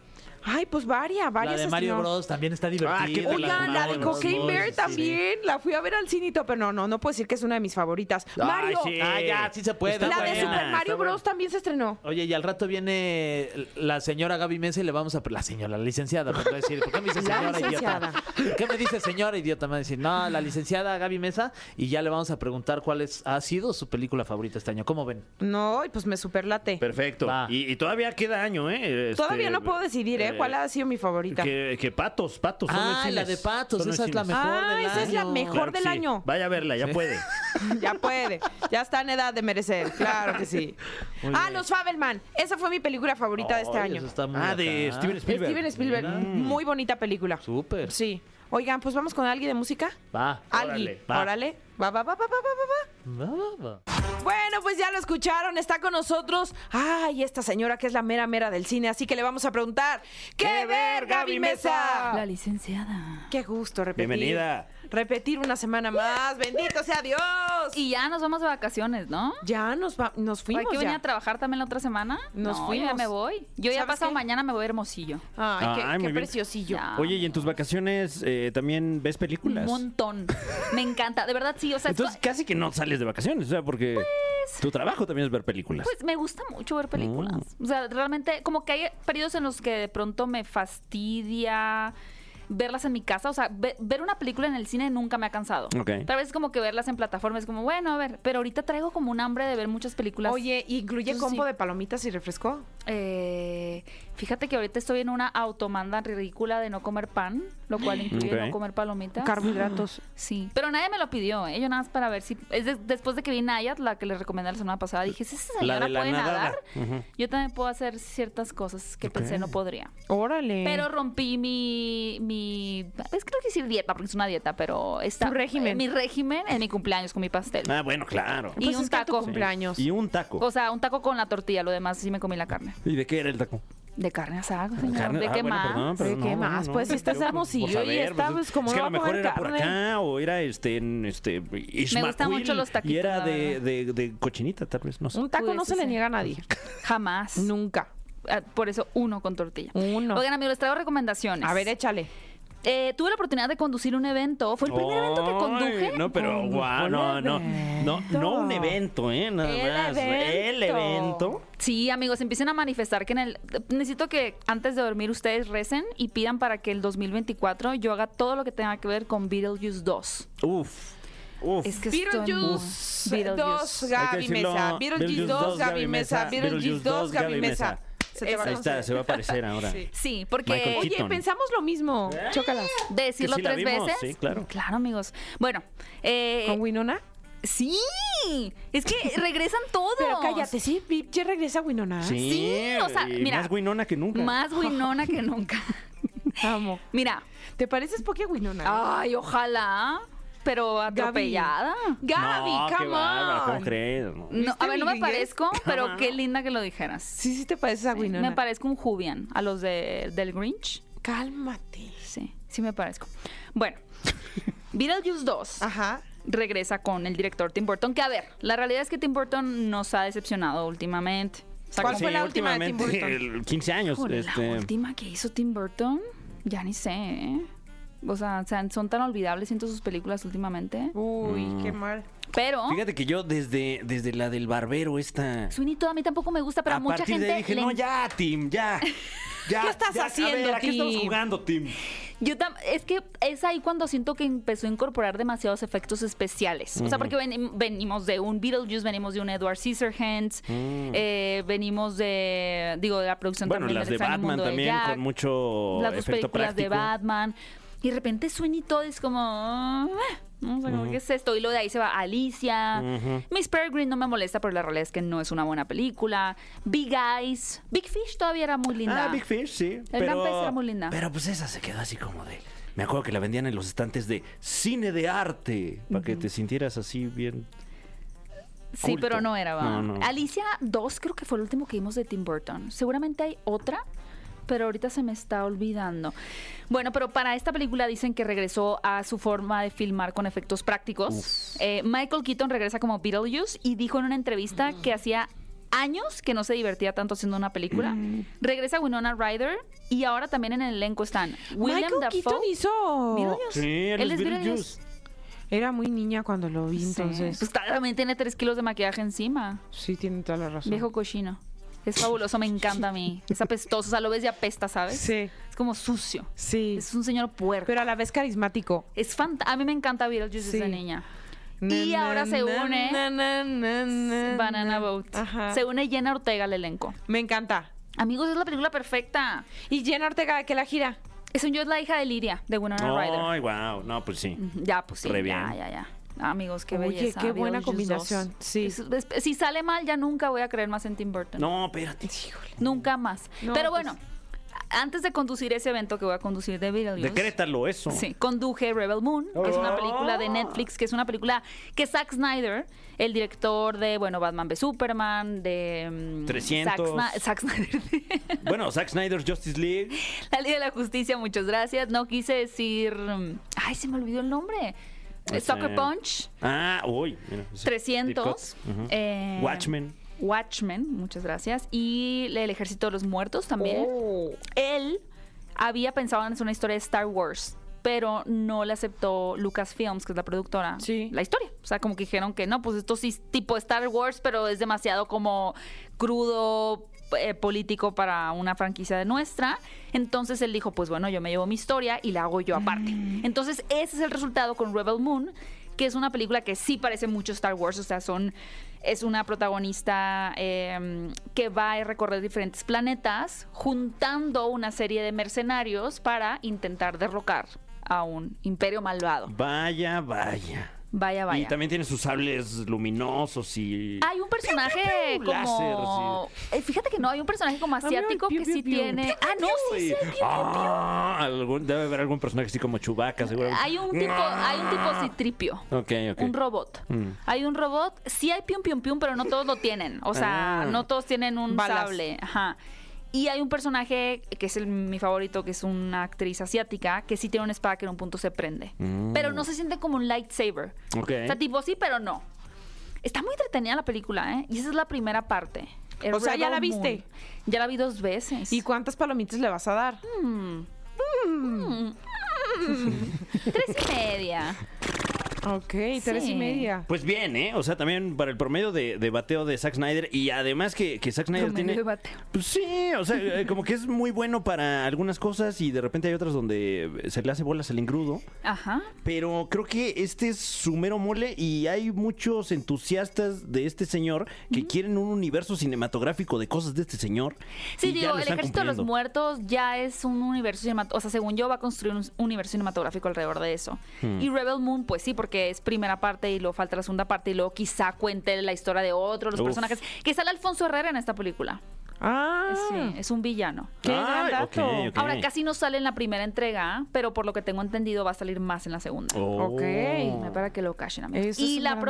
A: Ay, pues varias,
B: la
A: varias.
B: de
A: se
B: Mario
A: estrenó.
B: Bros. también está divertida.
C: Ah, qué
B: la de
A: Oigan, la de
B: Mario Bros.
A: Cocaine Bear
B: Sí, sí.
A: también. La fui a ver al cinito, pero no, no, no puedo decir que es una de mis favoritas.
C: Ay,
A: Mario.
C: sí.
B: Ah, ya, sí se puede.
C: Está
A: La de
C: buena,
A: Super Mario
C: está buena.
A: Bros. también se estrenó.
B: Oye, y al rato viene la señora Gaby Mesa y le vamos a... La señora, la licenciada, por no decir. ¿Por qué me dice
A: La
B: señora
A: licenciada.
B: idiota? ¿Qué me dice señora idiota? Me va a decir, no, la licenciada Gaby Mesa. Y ya le vamos a preguntar cuál es, ha sido su película favorita este año. ¿Cómo ven?
A: No, y pues me superlate.
C: Perfecto.
B: Va.
C: Y, y todavía queda año, ¿eh? Este,
A: Todavía no puedo decidir, ¿eh? ¿Cuál ha sido mi favorita?
C: Que, que patos, patos. solo en
B: Ah, la
C: cines.
B: de Patos,
C: Solo en
B: esa es la
C: cines.
B: mejor
A: Ah,
B: del
A: esa es la
B: año.
A: mejor.
C: Claro que
A: del
C: sí.
A: año.
C: Vaya a verla, ya
B: [laughs]
C: puede.
A: [laughs] Ya puede. Ya está en edad de merecer. Claro que sí.
B: Muy
A: ah,
B: bien.
A: Los Fabelman. Esa fue mi película favorita de este
B: Ay,
A: año.
B: eso está muy
C: Ah, de
B: acá.
C: Steven Spielberg.
A: Steven Spielberg. Muy bonita película.
B: Súper.
A: Sí. Oigan, pues vamos con alguien de música.
B: Va.
A: Alguien.
B: va.
A: Órale. Va, va, va, va, va, va,
B: Va, va, va.
A: va. Bueno, pues ya lo escucharon. Está con nosotros. Ay, esta señora que es la mera mera del cine. Así que le vamos a preguntar. ¿Qué ver, Gaby Mesa?
F: La licenciada.
A: Qué gusto repetir.
C: Bienvenida.
A: Repetir una semana más. Bendito sea Dios.
F: Y ya nos vamos de vacaciones, ¿no?
A: Ya nos, va- nos fuimos.
F: ¿Hay que venir
A: ya.
F: a trabajar también la otra semana?
A: Nos
F: no, yo ya
A: fuimos.
F: me voy. Yo ya
A: ¿Sabes
F: pasado
A: qué?
F: mañana me voy a Hermosillo.
A: Ay, qué,
C: Ay,
A: qué
C: muy bien.
A: preciosillo.
F: Ya.
C: Oye, ¿y en tus vacaciones eh, también ves
F: Un
C: películas?
F: montón. Me encanta. De verdad, sí. O
A: Pues,
F: sea, es
C: Entonces
F: co-
C: casi que no sales de vacaciones, o sea, porque tu trabajo también es ver películas.
F: Pues me gusta mucho ver películas.
C: Mm.
F: O sea, realmente, como que hay periodos en los que de pronto me fastidia verlas en mi casa. O sea, ve- ver una película en el cine nunca me ha cansado.
C: Ok.
F: Tal vez como que verlas en plataformas, como bueno, a ver. Pero ahorita traigo como un hambre de ver muchas películas.
A: Oye, ¿y ¿incluye
F: Entonces,
A: combo
F: sí.
A: de palomitas y refresco?
F: Eh, fíjate que ahorita estoy en una automanda ridícula de no comer pan, lo cual incluye
C: Mm, Ok.
F: no comer palomitas.
A: Carbohidratos.
F: Sí, pero nadie me lo pidió, ¿eh? yo nada más para ver si... Es de- después de que vi Nayat, la que les recomendé la semana pasada, dije, si esa
C: La
F: señora
C: de la Mm.
F: puede
C: nadada.
F: nadar, yo también puedo hacer ciertas cosas que pensé no podría.
A: Órale.
F: Pero rompí mi, mi... Es que no quiero decir dieta, porque es una dieta, pero está... eh,
A: Tu régimen.
F: mi régimen en mi cumpleaños con mi pastel.
C: Ah, bueno, claro.
F: y
A: Pues
F: un
A: es que era tu
F: taco.
A: cumpleaños.
C: Y un taco.
F: O sea, un taco con la tortilla, lo demás sí me comí la carne.
C: ¿Y de qué era el taco?
F: De carne asada, señor.
C: Carne-
F: ¿De
C: ah,
F: qué
C: bueno,
F: más?
C: perdón, pero
A: ¿De qué más? Pues, si estás
C: yo, pues,
A: hermosillo
C: por
A: y está, pues, como
C: es que
A: no
C: a
A: va
C: lo
A: a
C: mejor
A: comer
C: era por
A: carne.
C: acá o era este en este Ismaquil,
F: gustan mucho los taquitos,
C: y era
F: la
C: de,
F: verdad.
C: de, de cochinita tal vez, no sé.
A: Un taco no
F: Pudiese
A: se le
F: ser.
A: niega a
F: [laughs]
A: nadie.
F: Jamás.
A: Nunca.
F: Ah, Por eso, uno con tortilla.
A: Uno.
F: Oigan, amigos, les traigo recomendaciones.
A: A ver, échale.
F: Eh, tuve la oportunidad de conducir un evento. Fue el primer evento que
C: Ay,
F: conduje.
C: No, pero
A: Condujo
C: guau,
A: el
C: no, no, no, no un evento, eh, nada
A: El
C: más, el
A: evento.
C: evento.
F: Sí, amigos, empiecen a manifestar que en el... Necesito que antes de dormir ustedes recen y pidan para que el 2024 yo haga todo lo que tenga que ver con Beetlejuice 2.
C: Uf. Uf.
F: Es que estoy muy-
A: Beetlejuice
F: Beetlejuice.
A: 2,
C: Hay que
A: Gaby
C: decirlo,
A: Mesa. Beetlejuice 2, Gaby Mesa. Beetlejuice 2, Gaby Mesa. Se te va a
C: Ahí está, se va a aparecer ahora.
A: Sí.
F: Sí, porque...
C: Michael
A: Oye,
C: Keaton.
A: pensamos lo mismo.
F: ¿Eh?
A: Chócalas.
F: De decirlo
C: sí la
F: tres
C: vimos,
F: veces.
C: sí, claro.
F: Claro, amigos. Bueno, eh,
A: ¿Con Winona?
F: sí. Es que regresan todos.
A: Pero cállate, sí, vi- ya regresa Winona.
C: Sí,
F: Sí, o sea,
C: y
F: mira,
C: más Winona que
A: [laughs]
C: nunca.
F: Más Winona que nunca.
A: Amo.
F: Mira.
A: ¿Te pareces poco a Winona?
F: Ay, ojalá. Pero atropellada.
A: Gaby,
C: no, qué
A: come
C: bárbara, ¿cómo
A: on.
C: crees? No.
F: No,
A: ¿Viste
F: a ver, no
A: mi
F: me
A: inglés?
F: parezco, pero
C: Ajá.
F: qué linda que lo dijeras.
A: Sí, sí te pareces a Winona.
F: Me parezco un Jubian a los de, del Grinch.
A: Cálmate.
F: Sí, sí me parezco. Bueno, Beetlejuice 2
A: Ajá.
F: regresa con el director Tim Burton, que a ver, la realidad es que Tim Burton nos ha decepcionado últimamente.
A: ¿Cuál fue la última de Tim
C: últimamente, el 15 años.
F: Híjole,
C: este,
F: La última que hizo Tim Burton, ya ni sé. ¿eh? O sea, sean- son tan olvidables siento sus películas últimamente.
A: Uy,
C: Mm.
A: qué mal.
F: Pero
C: Fíjate que yo desde, desde la del barbero esta...
F: Sweeney Todd a mí tampoco me gusta, pero a,
C: a
F: mucha
C: partir
F: gente
C: de ahí dije,
F: le
C: no, ya, Tim,
F: [laughs]
C: ya. ya
A: ¿Qué estás
C: ya,
A: haciendo,
C: a ver, ¿a qué estamos
A: Tim?
C: jugando, Tim?
F: Yo tam- es que es ahí cuando siento que empezó a incorporar demasiados efectos especiales. O sea, porque veni- venimos de un Beetlejuice, venimos de un Edward Scissorhands, eh, venimos de, digo, de la producción
C: Mm. Bueno,
F: también
C: las
F: del
C: de
F: extraño
C: Batman
F: mundo de
C: también,
F: Jack,
C: con mucho
F: las dos
C: efecto
F: películas de
C: práctico.
F: Batman. Y de repente Sweeney Todd es como, ah, no sé, como, ¿qué es esto? Y luego de ahí se va Alicia. Miss Peregrine no me molesta, pero la realidad es que no es una buena película. Big Eyes. Big Fish todavía era muy linda.
C: Ah, Big Fish, sí. El
F: gran pez era muy linda.
C: Pero pues esa se quedó así como de. Me acuerdo que la vendían en los estantes de cine de arte. Para que te sintieras así bien.
F: Sí,
C: culto.
F: pero no era. ¿va?
C: No, no.
F: Alicia 2 creo que fue el último que vimos de Tim Burton. Seguramente hay otra, pero ahorita se me está olvidando. Bueno, pero para esta película dicen que regresó a su forma de filmar con efectos prácticos. Eh, Michael Keaton regresa como Beetlejuice y dijo en una entrevista que hacía años que no se divertía tanto haciendo una película. Regresa Winona Ryder y ahora también en el elenco están William
A: Michael
F: Dafoe.
A: Keaton hizo.
F: Beetlejuice.
C: Sí, él
F: Él
C: es
F: es
C: Beetlejuice.
A: Era muy niña cuando lo vi,
F: Sí.
A: entonces.
F: Pues también tiene tres kilos de maquillaje encima.
A: Sí, tiene toda la razón.
F: Viejo cochino. Es fabuloso, me encanta a mí. Es apestoso, o sea, lo ves y apesta, ¿sabes?
A: Sí,
F: Es como sucio.
A: sí.
F: Es un señor puerco.
A: Pero a la vez carismático.
F: Es fant a mí me encanta Beetlejuice
A: Sí.
F: desde niña. Y ahora se une Banana Boat.
A: Mm, Ajá.
F: Se une Jenna Ortega al elenco.
A: Me encanta.
F: Amigos, es la película perfecta.
A: ¿Y Jenna Ortega que la gira?
F: Es un yo es la hija de Liria, de Winona Ah, Ryder.
C: Ay, wow. No, pues sí.
F: Ujú, Ya, pues sí,
C: Re
F: ya,
C: bien.
F: ya, ya. Amigos, qué
A: Oye,
F: belleza.
A: qué buena
F: Beetlejuice
A: combinación,
F: 2.
A: sí.
F: Es- es- si sale mal, ya nunca voy a creer más en Tim Burton.
C: No, espérate.
F: Nunca más.
A: No,
F: Pero
A: pues-
F: bueno, antes de conducir ese evento que voy a conducir de Beetlejuice.
C: Decrétalo eso.
F: Sí, conduje Rebel Moon, que es
C: Oh.
F: una película de Netflix, que es una película que Zack Snyder, el director de, bueno, Batman v Superman, de... mm,
C: 300.
F: Zack, Sna- Zack Snyder.
C: Bueno, Zack Snyder's Justice League.
F: [laughs] la Liga de la Justicia, muchas gracias. No quise decir... mm, Ay, se me olvidó el nombre.
C: No
F: Soccer
C: sé.
F: Punch,
C: Ah, uy. mira, sí.
F: 300.
C: Deep Cut. Ujú.
F: eh,
C: Watchmen.
F: Watchmen, muchas gracias. Y El Ejército de los Muertos también.
C: Oh.
A: Oh.
F: Él había pensado en hacer una historia de Star Wars, pero no le aceptó Lucasfilms, que es la productora,
A: Sí.
F: la historia. O sea, como que dijeron que no, pues esto sí es tipo Star Wars, pero es demasiado como crudo. eh, político para una franquicia de nuestra. Entonces él dijo, pues bueno, yo me llevo mi historia y la hago yo aparte.
C: Mm.
F: Entonces ese es el resultado con Rebel Moon, que es una película que sí parece mucho Star Wars, o sea, son es una protagonista eh, que va a recorrer diferentes planetas juntando una serie de mercenarios para intentar derrocar a un imperio malvado.
C: Vaya, vaya.
F: Vaya, Ah, vaya.
C: Y también tiene sus sables luminosos y.
F: Hay un personaje
C: piu, piu,
F: como... Eh, fíjate que no, hay un personaje como
A: mira,
F: asiático
A: piu,
F: que
A: piu,
F: sí
A: piu.
F: tiene... Ah, no, sí, sí, hay piu, piu, piu.
C: Ah, algún- debe haber algún personaje así como Chubaca, seguramente.
F: Hay un tipo, hay un tipo citripio.
C: Ah. Ok, ok.
F: Un robot.
C: Mm.
F: Hay un robot, sí hay pium pium pium, pero no todos lo tienen. O sea,
C: Ah.
F: no todos tienen un
A: Balas.
F: sable. Ajá. Y hay un personaje que es el, mi favorito, que es una actriz asiática, que sí tiene una espada que en un punto se prende. Pero no se siente como un lightsaber.
C: Mm. Ok.
F: O sea, tipo sí, pero no. Está muy entretenida la película, ¿eh? Y esa es la primera parte. El
A: O sea, ¿ya
F: Rebel
A: la viste?
F: Moon. Ya la vi dos veces.
A: ¿Y cuántas palomitas le vas a dar?
F: [laughs] Mm. Tres y media.
A: Ok, tres
F: Sí.
A: y media.
C: Pues bien, ¿eh? O sea, también para el promedio de, de bateo de Zack Snyder y además que, que Zack Snyder
F: Promedio
C: tiene...
F: de bateo.
C: Pues sí, o sea, eh, como que es muy bueno para algunas cosas y de repente hay otras donde se le hace bolas el engrudo.
F: Ajá.
C: Pero creo que este es su mero mole y hay muchos entusiastas de este señor que quieren un universo cinematográfico de cosas de este señor.
F: Sí,
C: y ya
F: digo,
C: lo
F: el
C: están
F: Ejército de los
C: cumpliendo.
F: Muertos ya es un universo cinematográfico. O sea, según yo, va a construir un universo cinematográfico alrededor de eso.
C: Hmm.
F: Y Rebel Moon, pues sí, porque es primera parte y luego falta la segunda parte y luego quizá cuente la historia de otro, los
C: Uf.
F: personajes. Que sale Alfonso Herrera en esta película.
A: Ah,
F: Sí, es un villano.
A: Qué gran
C: Ay,
A: dato.
C: Ah, ok, ok.
F: Ahora casi no sale en la primera entrega, pero por lo que tengo entendido va a salir más en la segunda.
C: Oh.
A: Ok.
F: Me para que lo cashen, amigos.
A: Eso es
F: Y
A: un
F: la
A: gran-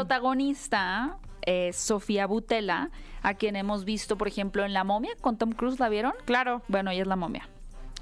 F: protagonista es Sofía Butela, a quien hemos visto, por ejemplo, en La Momia con Tom Cruise, ¿la vieron?
A: Claro.
F: Bueno, ella es La Momia.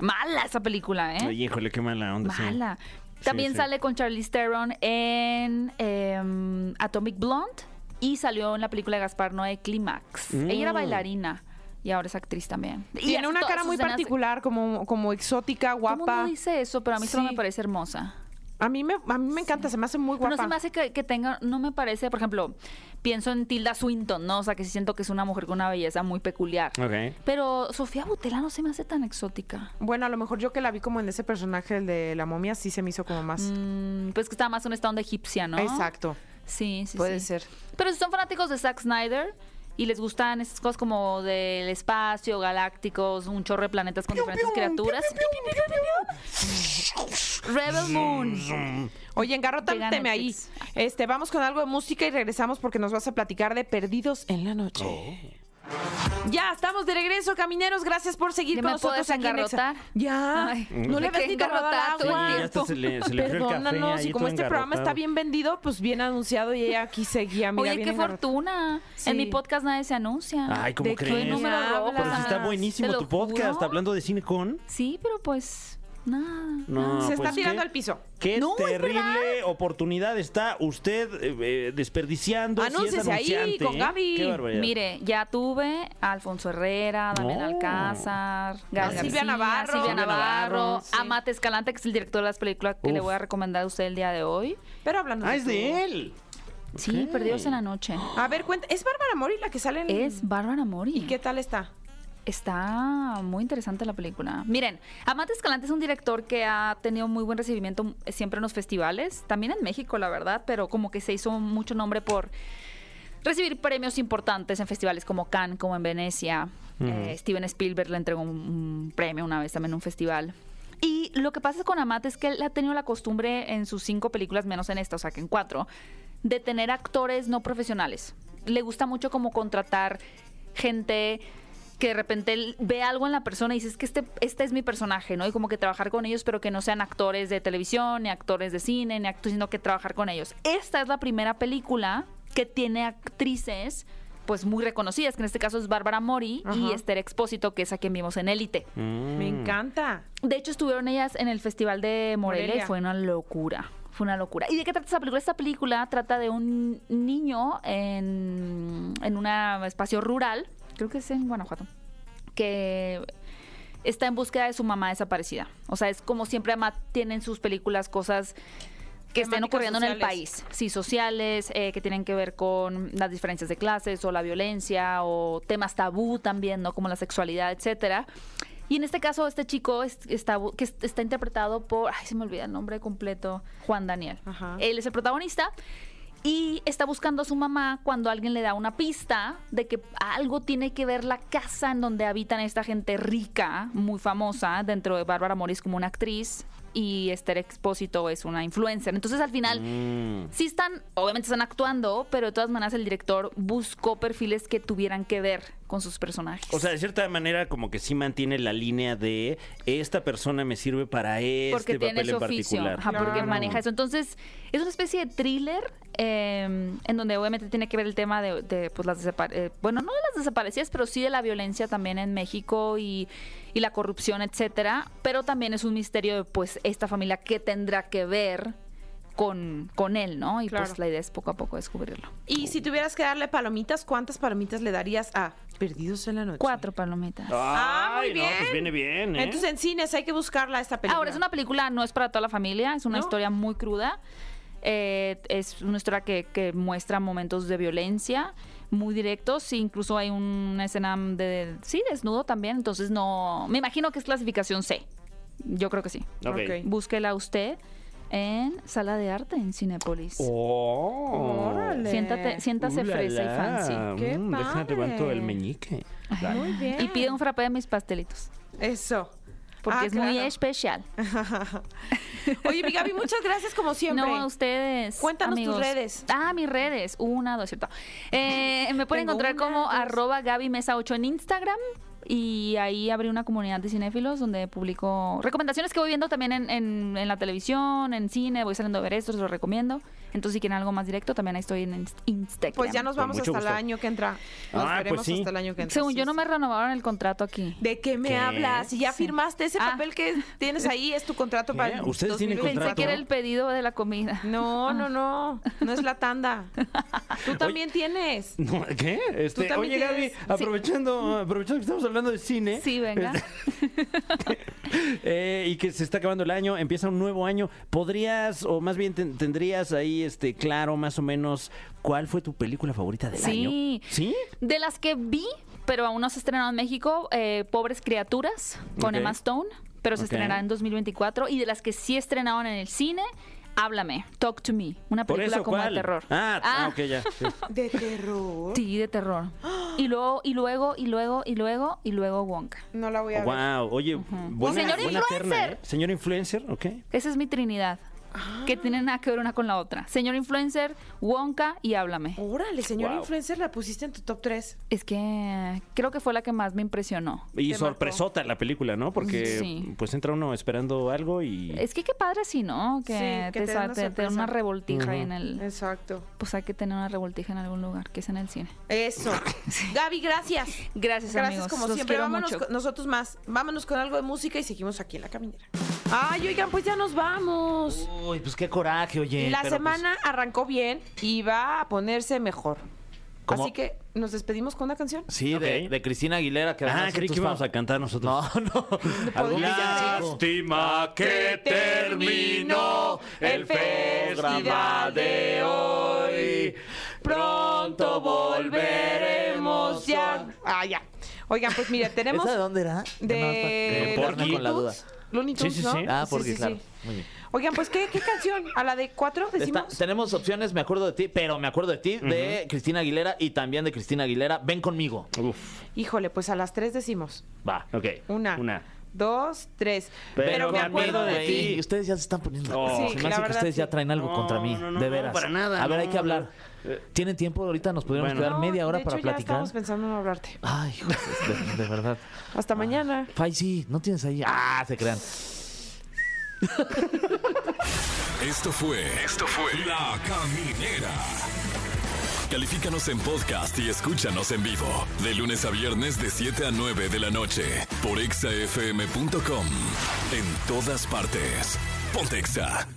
F: Mala esa película, ¿eh?
C: Ay, híjole, qué mala onda. sí.
F: Mala. También
C: sí.
F: sale con Charlize Theron en em, Atomic Blonde y salió en la película de Gaspar Noé Clímax. Ella era bailarina y ahora es actriz también. Y
A: Mm. Tiene
F: hace
A: una
F: todas
A: cara
F: sus
A: muy
F: escenas-
A: particular, como, como exótica,
F: Todo mundo
A: guapa.
F: dice eso, pero a mí solo
A: Sí.
F: me parece hermosa.
A: A mí me, a mí me encanta, se me hace muy
F: Pero
A: guapa.
F: no se me hace que, que tenga, no me parece, por ejemplo, pienso en Tilda Swinton, ¿no? O sea, que sí siento que es una mujer con una belleza muy peculiar.
A: Ah.
C: Ok.
F: Pero Sofía Butela no se me hace tan exótica.
A: Bueno, a lo mejor yo que la vi como en ese personaje, el de la momia, sí se me hizo como más.
F: Mm, pues que está más en un estado de egipcia, ¿no?
A: Exacto.
F: Sí, sí.
A: Puede
F: sí.
A: ser.
F: Pero si son fanáticos de Zack Snyder y les gustan esas cosas como del espacio, galácticos, un chorro de planetas con diferentes criaturas. Rebel Moon.
A: Oye,
F: Llega
A: engarrótame ahí.
F: Netflix.
A: Este, vamos con algo de música y regresamos porque nos vas a platicar de Perdidos en la Noche.
C: Oh.
A: Ya, estamos de regreso, camineros. Gracias por seguir
F: ¿Ya
A: con
F: me
A: nosotros
F: puedes
A: aquí en Exa-
F: engarrotar?
A: Ya.
F: Ay,
A: no le
F: me
A: ves
F: quedé
A: ni tomado al
F: engarrotada todo el
A: agua.
F: tiempo.
C: Ya hasta se le, se le enfrió el café
A: Perdónanos,
C: ahí
A: y como
C: todo
A: este programa está
C: engarrotado.
A: bien vendido, pues bien anunciado y ella aquí seguía. Mira,
F: Oye,
A: bien
F: qué
A: engarrotada.
F: fortuna.
A: Sí.
F: En mi podcast nadie se anuncia.
C: Ay, ¿cómo
A: ¿De qué
C: crees?
A: número
F: Pero
C: Pero si está
A: hablas?
C: buenísimo
F: Te lo
C: tu podcast,
F: juro.
C: hablando de cine con.
F: Sí, pero pues nada.
C: No,
A: Se
C: pues,
A: está tirando
C: ¿qué?
A: al piso.
C: Qué
F: No, es
C: terrible oportunidad está usted eh, eh, desperdiciando. si es
A: Anúnciese ahí
C: anunciante,
A: con
C: ¿eh?
A: Gaby.
C: Qué barbaridad.
F: Mire, ya tuve a Alfonso Herrera, Damián
C: No.
F: Alcázar, Gael
A: Silvia
F: García,
A: Navarro.
F: Silvia
A: Silvia
F: Navarro,
A: Navarro, sí.
F: Amate Escalante, que es el director de las películas que
C: Uf.
F: le voy a recomendar a usted el día de hoy.
A: Pero hablando
C: Ah, es de él.
F: Sí,
C: Ok.
F: Perdidos en la
C: [gasps]
F: Noche.
A: A ver, cuenta. ¿Es Bárbara Mori la que sale en.?
F: Es Bárbara Mori.
A: ¿Y qué tal está?
F: Está muy interesante la película. Miren, Amate Escalante es un director que ha tenido muy buen recibimiento siempre en los festivales, también en México, la verdad, pero como que se hizo mucho nombre por recibir premios importantes en festivales como Cannes, como en Venecia. Eh, Steven Spielberg le entregó un, un premio una vez también en un festival. Y lo que pasa con Amat es que él ha tenido la costumbre en sus cinco películas, menos en esta, o sea que en cuatro, de tener actores no profesionales. Le gusta mucho como contratar gente que de repente él ve algo en la persona y dice, es que este, este es mi personaje, ¿no? Y como que trabajar con ellos, pero que no sean actores de televisión, ni actores de cine, ni actores, sino que trabajar con ellos. Esta es la primera película que tiene actrices pues muy reconocidas, que en este caso es Bárbara Mori y
A: Ajá.
F: Esther Expósito, que es a quien vimos en Élite.
A: Me
C: Mm.
A: encanta.
F: De hecho, estuvieron ellas en el Festival de Morelia,
A: Morelia.
F: y fue una locura. Fue una locura. ¿Y de qué trata esta película? Esta película trata de un niño en, en un espacio rural, creo que es en Guanajuato, que está en búsqueda de su mamá desaparecida. O sea, es como siempre Amat tiene en sus películas cosas que estén
A: Temáticas
F: ocurriendo en el
A: sociales.
F: país. Sí, sociales, eh, que tienen que ver con las diferencias de clases o la violencia o temas tabú también, ¿no? Como la sexualidad, etcétera. Y en este caso, este chico es- está, bu- que es- está interpretado por, ay, se me olvida el nombre completo, Juan Daniel.
A: Ajá.
F: Él es el protagonista y está buscando a su mamá cuando alguien le da una pista de que algo tiene que ver la casa en donde habitan esta gente rica, muy famosa, dentro de Bárbara Moris como una actriz y Esther Expósito es una influencer. Entonces al final
C: Mm.
F: sí están, obviamente están actuando, pero de todas maneras el director buscó perfiles que tuvieran que ver con sus personajes.
C: O sea, de cierta manera, como que sí mantiene la línea de esta persona me sirve para este
F: porque
C: papel
F: tiene su
C: en
F: oficio,
C: particular.
F: ajá, porque
A: Claro.
F: maneja eso. Entonces, es una especie de thriller eh, en donde obviamente tiene que ver el tema de, de, pues, las desapar- eh, bueno, no de las desaparecidas, pero sí de la violencia también en México y, y la corrupción, etcétera. Pero también es un misterio de, pues, esta familia que tendrá que ver con, con él, ¿no? Y
A: Claro.
F: pues la idea es poco a poco descubrirlo.
A: Y si tuvieras que darle palomitas, ¿cuántas palomitas le darías a Perdidos en la Noche?
F: Cuatro palomitas.
A: Ah, muy
C: Ay,
A: bien.
C: No, pues viene bien, ¿eh?
A: Entonces en cines hay que buscarla esta película.
F: Ahora, es una película, no es para toda la familia, es una
A: ¿No?
F: historia muy cruda. Eh, es una historia que, que muestra momentos de violencia muy directos, e incluso hay una escena de, sí, desnudo también, entonces no, me imagino que es clasificación C, yo creo que sí.
C: Ok.
A: Ok.
F: Búsquela usted en Sala de Arte en Cinépolis.
G: ¡Oh!
A: Órale.
F: Siéntate, siéntase
G: Uh, la,
F: fresa y
G: la.
F: fancy.
A: ¡Qué
G: Mm, Deja,
A: padre!
G: levanto el meñique.
A: Muy bien.
F: Y pide un frappé de mis pastelitos,
A: Eso.
F: porque
A: Ah,
F: es muy
A: claro.
F: especial.
A: [laughs] Oye, mi Gaby, muchas gracias como siempre.
F: No, a ustedes.
A: Cuéntanos tus
F: amigos.
A: redes.
F: Ah, mis redes. Una, dos, cierto. Eh, me pueden
A: Tengo
F: encontrar
A: una,
F: como
A: dos.
F: arroba Gaby Mesa 8 en Instagram. Y ahí abrí una comunidad de cinéfilos donde publico recomendaciones que voy viendo también en, en- en la televisión, en cine. Voy saliendo a ver esto, se los recomiendo. Entonces, si quieren algo más directo, también ahí estoy en Inst- Instagram.
A: Pues ya nos
C: Con
A: vamos hasta
C: mucho
A: el
C: gusto.
A: año que entra. Nos
C: Ah, pues
A: veremos
C: sí.
A: hasta el año que entra.
F: Según
A: sí,
F: yo, no
A: sí.
F: me renovaron el contrato aquí.
A: ¿De qué me
C: ¿Qué?
A: hablas? Si ya
F: Sí.
A: firmaste ese
F: Ah.
A: papel que tienes ahí, es tu contrato
G: ¿Qué?
A: para. el
G: ¿Ustedes tienen
A: 2024.
F: Pensé
G: contrato?
F: que Ah. era el pedido de la comida.
A: Pues No, no, no. No es la tanda. Tú también tienes.
G: [laughs] No, ¿Qué? Este,
A: también
G: oye, Gaby,
A: tienes-
G: aprovechando, aprovechando que estamos hablando de cine. Este,
F: Sí,
G: [laughs]
F: venga.
A: Pues
G: Eh, y que se está acabando el año, empieza un nuevo año. ¿Podrías, o más bien ten- tendrías ahí este claro más o menos cuál fue tu película favorita del año?
F: Sí.
G: ¿Sí?
F: De las que vi, pero aún no se estrenó en México, eh, Pobres Criaturas con
G: Ok.
F: Emma Stone, pero se
G: Ok.
F: estrenará en 2024. Y de las que sí estrenaron en el cine, Háblame, Talk to Me, una
G: Por
F: película
G: eso,
F: como
G: ¿cuál?
F: de terror.
G: Ah, ah, ok,
F: [laughs]
G: ya.
A: De terror.
F: Sí, de terror. [gasps] Y luego, y luego, y luego, y luego, y luego Wonka.
A: No la voy a ver.
G: wow, oye, buena,
F: Señor
G: buena terna,
F: influencer.
G: ¿eh? Señor influencer, ok.
F: Esa es mi trinidad,
A: Ah.
F: que tienen nada que ver una con la otra. Señor Influencer, Wonka y Háblame.
A: Órale, señor
C: Wow.
A: influencer, la pusiste en tu top 3.
F: Es que creo que fue la que más me impresionó.
G: Y
A: Te marcó.
G: sorpresota la película, ¿no? Porque
F: Sí.
G: pues entra uno esperando algo y...
F: Es que qué padre sí, ¿no? Que,
A: Sí, que te
F: te, sa-
A: den una
F: te- te den
A: sorpresa.
F: una revoltija ahí en el...
A: Exacto.
F: pues hay que tener una revoltija en algún lugar, que es en el cine.
A: [coughs] Eso. Gaby, gracias.
F: Gracias,
A: Gracias
F: amigos.
A: como
F: Los
A: siempre.
F: quiero
A: Vámonos
F: mucho.
A: con- nosotros más. Vámonos con algo de música y seguimos aquí en la caminera. Ay, oigan, pues ya nos vamos.
B: Uy, pues qué coraje, oye.
A: la
B: pero, pues,
A: semana arrancó bien y va a ponerse mejor.
B: ¿Cómo?
A: Así que nos despedimos con una canción.
B: Sí, de- de,
C: Ok.
B: Cristina Aguilera. Que
G: Ah,
B: además
G: creí
B: es
G: que
B: tu
G: íbamos
B: fa-
G: a cantar nosotros.
B: No, no.
G: [laughs]
B: Algún
A: Podría
B: villancico.
A: ser.
C: Lástima
A: que terminó el festival de hoy. Pronto volveremos ya. Ah, ya. Oigan, pues
B: [laughs]
A: mira, tenemos
B: ¿Esa de dónde era?
A: de,
B: Nada más para-
A: los
B: para quedarme
A: Looney
B: con la duda.
A: Tunes. Looney Tunes,
C: Sí, sí,
A: ¿no?
C: sí.
B: Ah,
A: Sí,
B: porque
A: sí, sí.
B: claro. Muy bien.
A: Oigan, pues ¿qué, qué canción? ¿A la de cuatro
B: Está-
A: decimos?
B: tenemos opciones, me acuerdo de ti, pero me acuerdo de ti, de Cristina Aguilera y también de Cristina Aguilera. Ven conmigo.
C: Uf,
A: Híjole, pues a las tres decimos.
C: va, Uh, ok.
A: Una.
C: Una.
A: Dos, tres.
C: Pero
A: Pero, me acuerdo de ti.
C: ti.
B: Y ustedes ya se están poniendo.
C: Oh,
B: se
A: sí,
B: me
A: la
B: hace que
A: verdad,
B: ustedes ya
A: sí.
B: traen algo
C: No,
B: contra mí,
C: no, no,
B: de veras.
C: para nada,
B: A ver,
C: no, Eh.
B: hay que hablar. ¿Tienen tiempo? Ahorita nos podríamos
C: Bueno.
B: quedar media hora
A: de
B: para
A: hecho, Ya
B: platicar.
A: estamos [laughs] pensando en no hablarte.
B: Ay, hijo, de, de verdad. Ah.
A: Hasta mañana.
B: Fai, sí, no tienes ahí. Ah, se crean.
H: Esto fue. Esto fue. La Caminera. Califícanos en podcast y escúchanos en vivo. De lunes a viernes de 7 a 9 de la noche. Por exafm.com. En todas partes. Pontexa.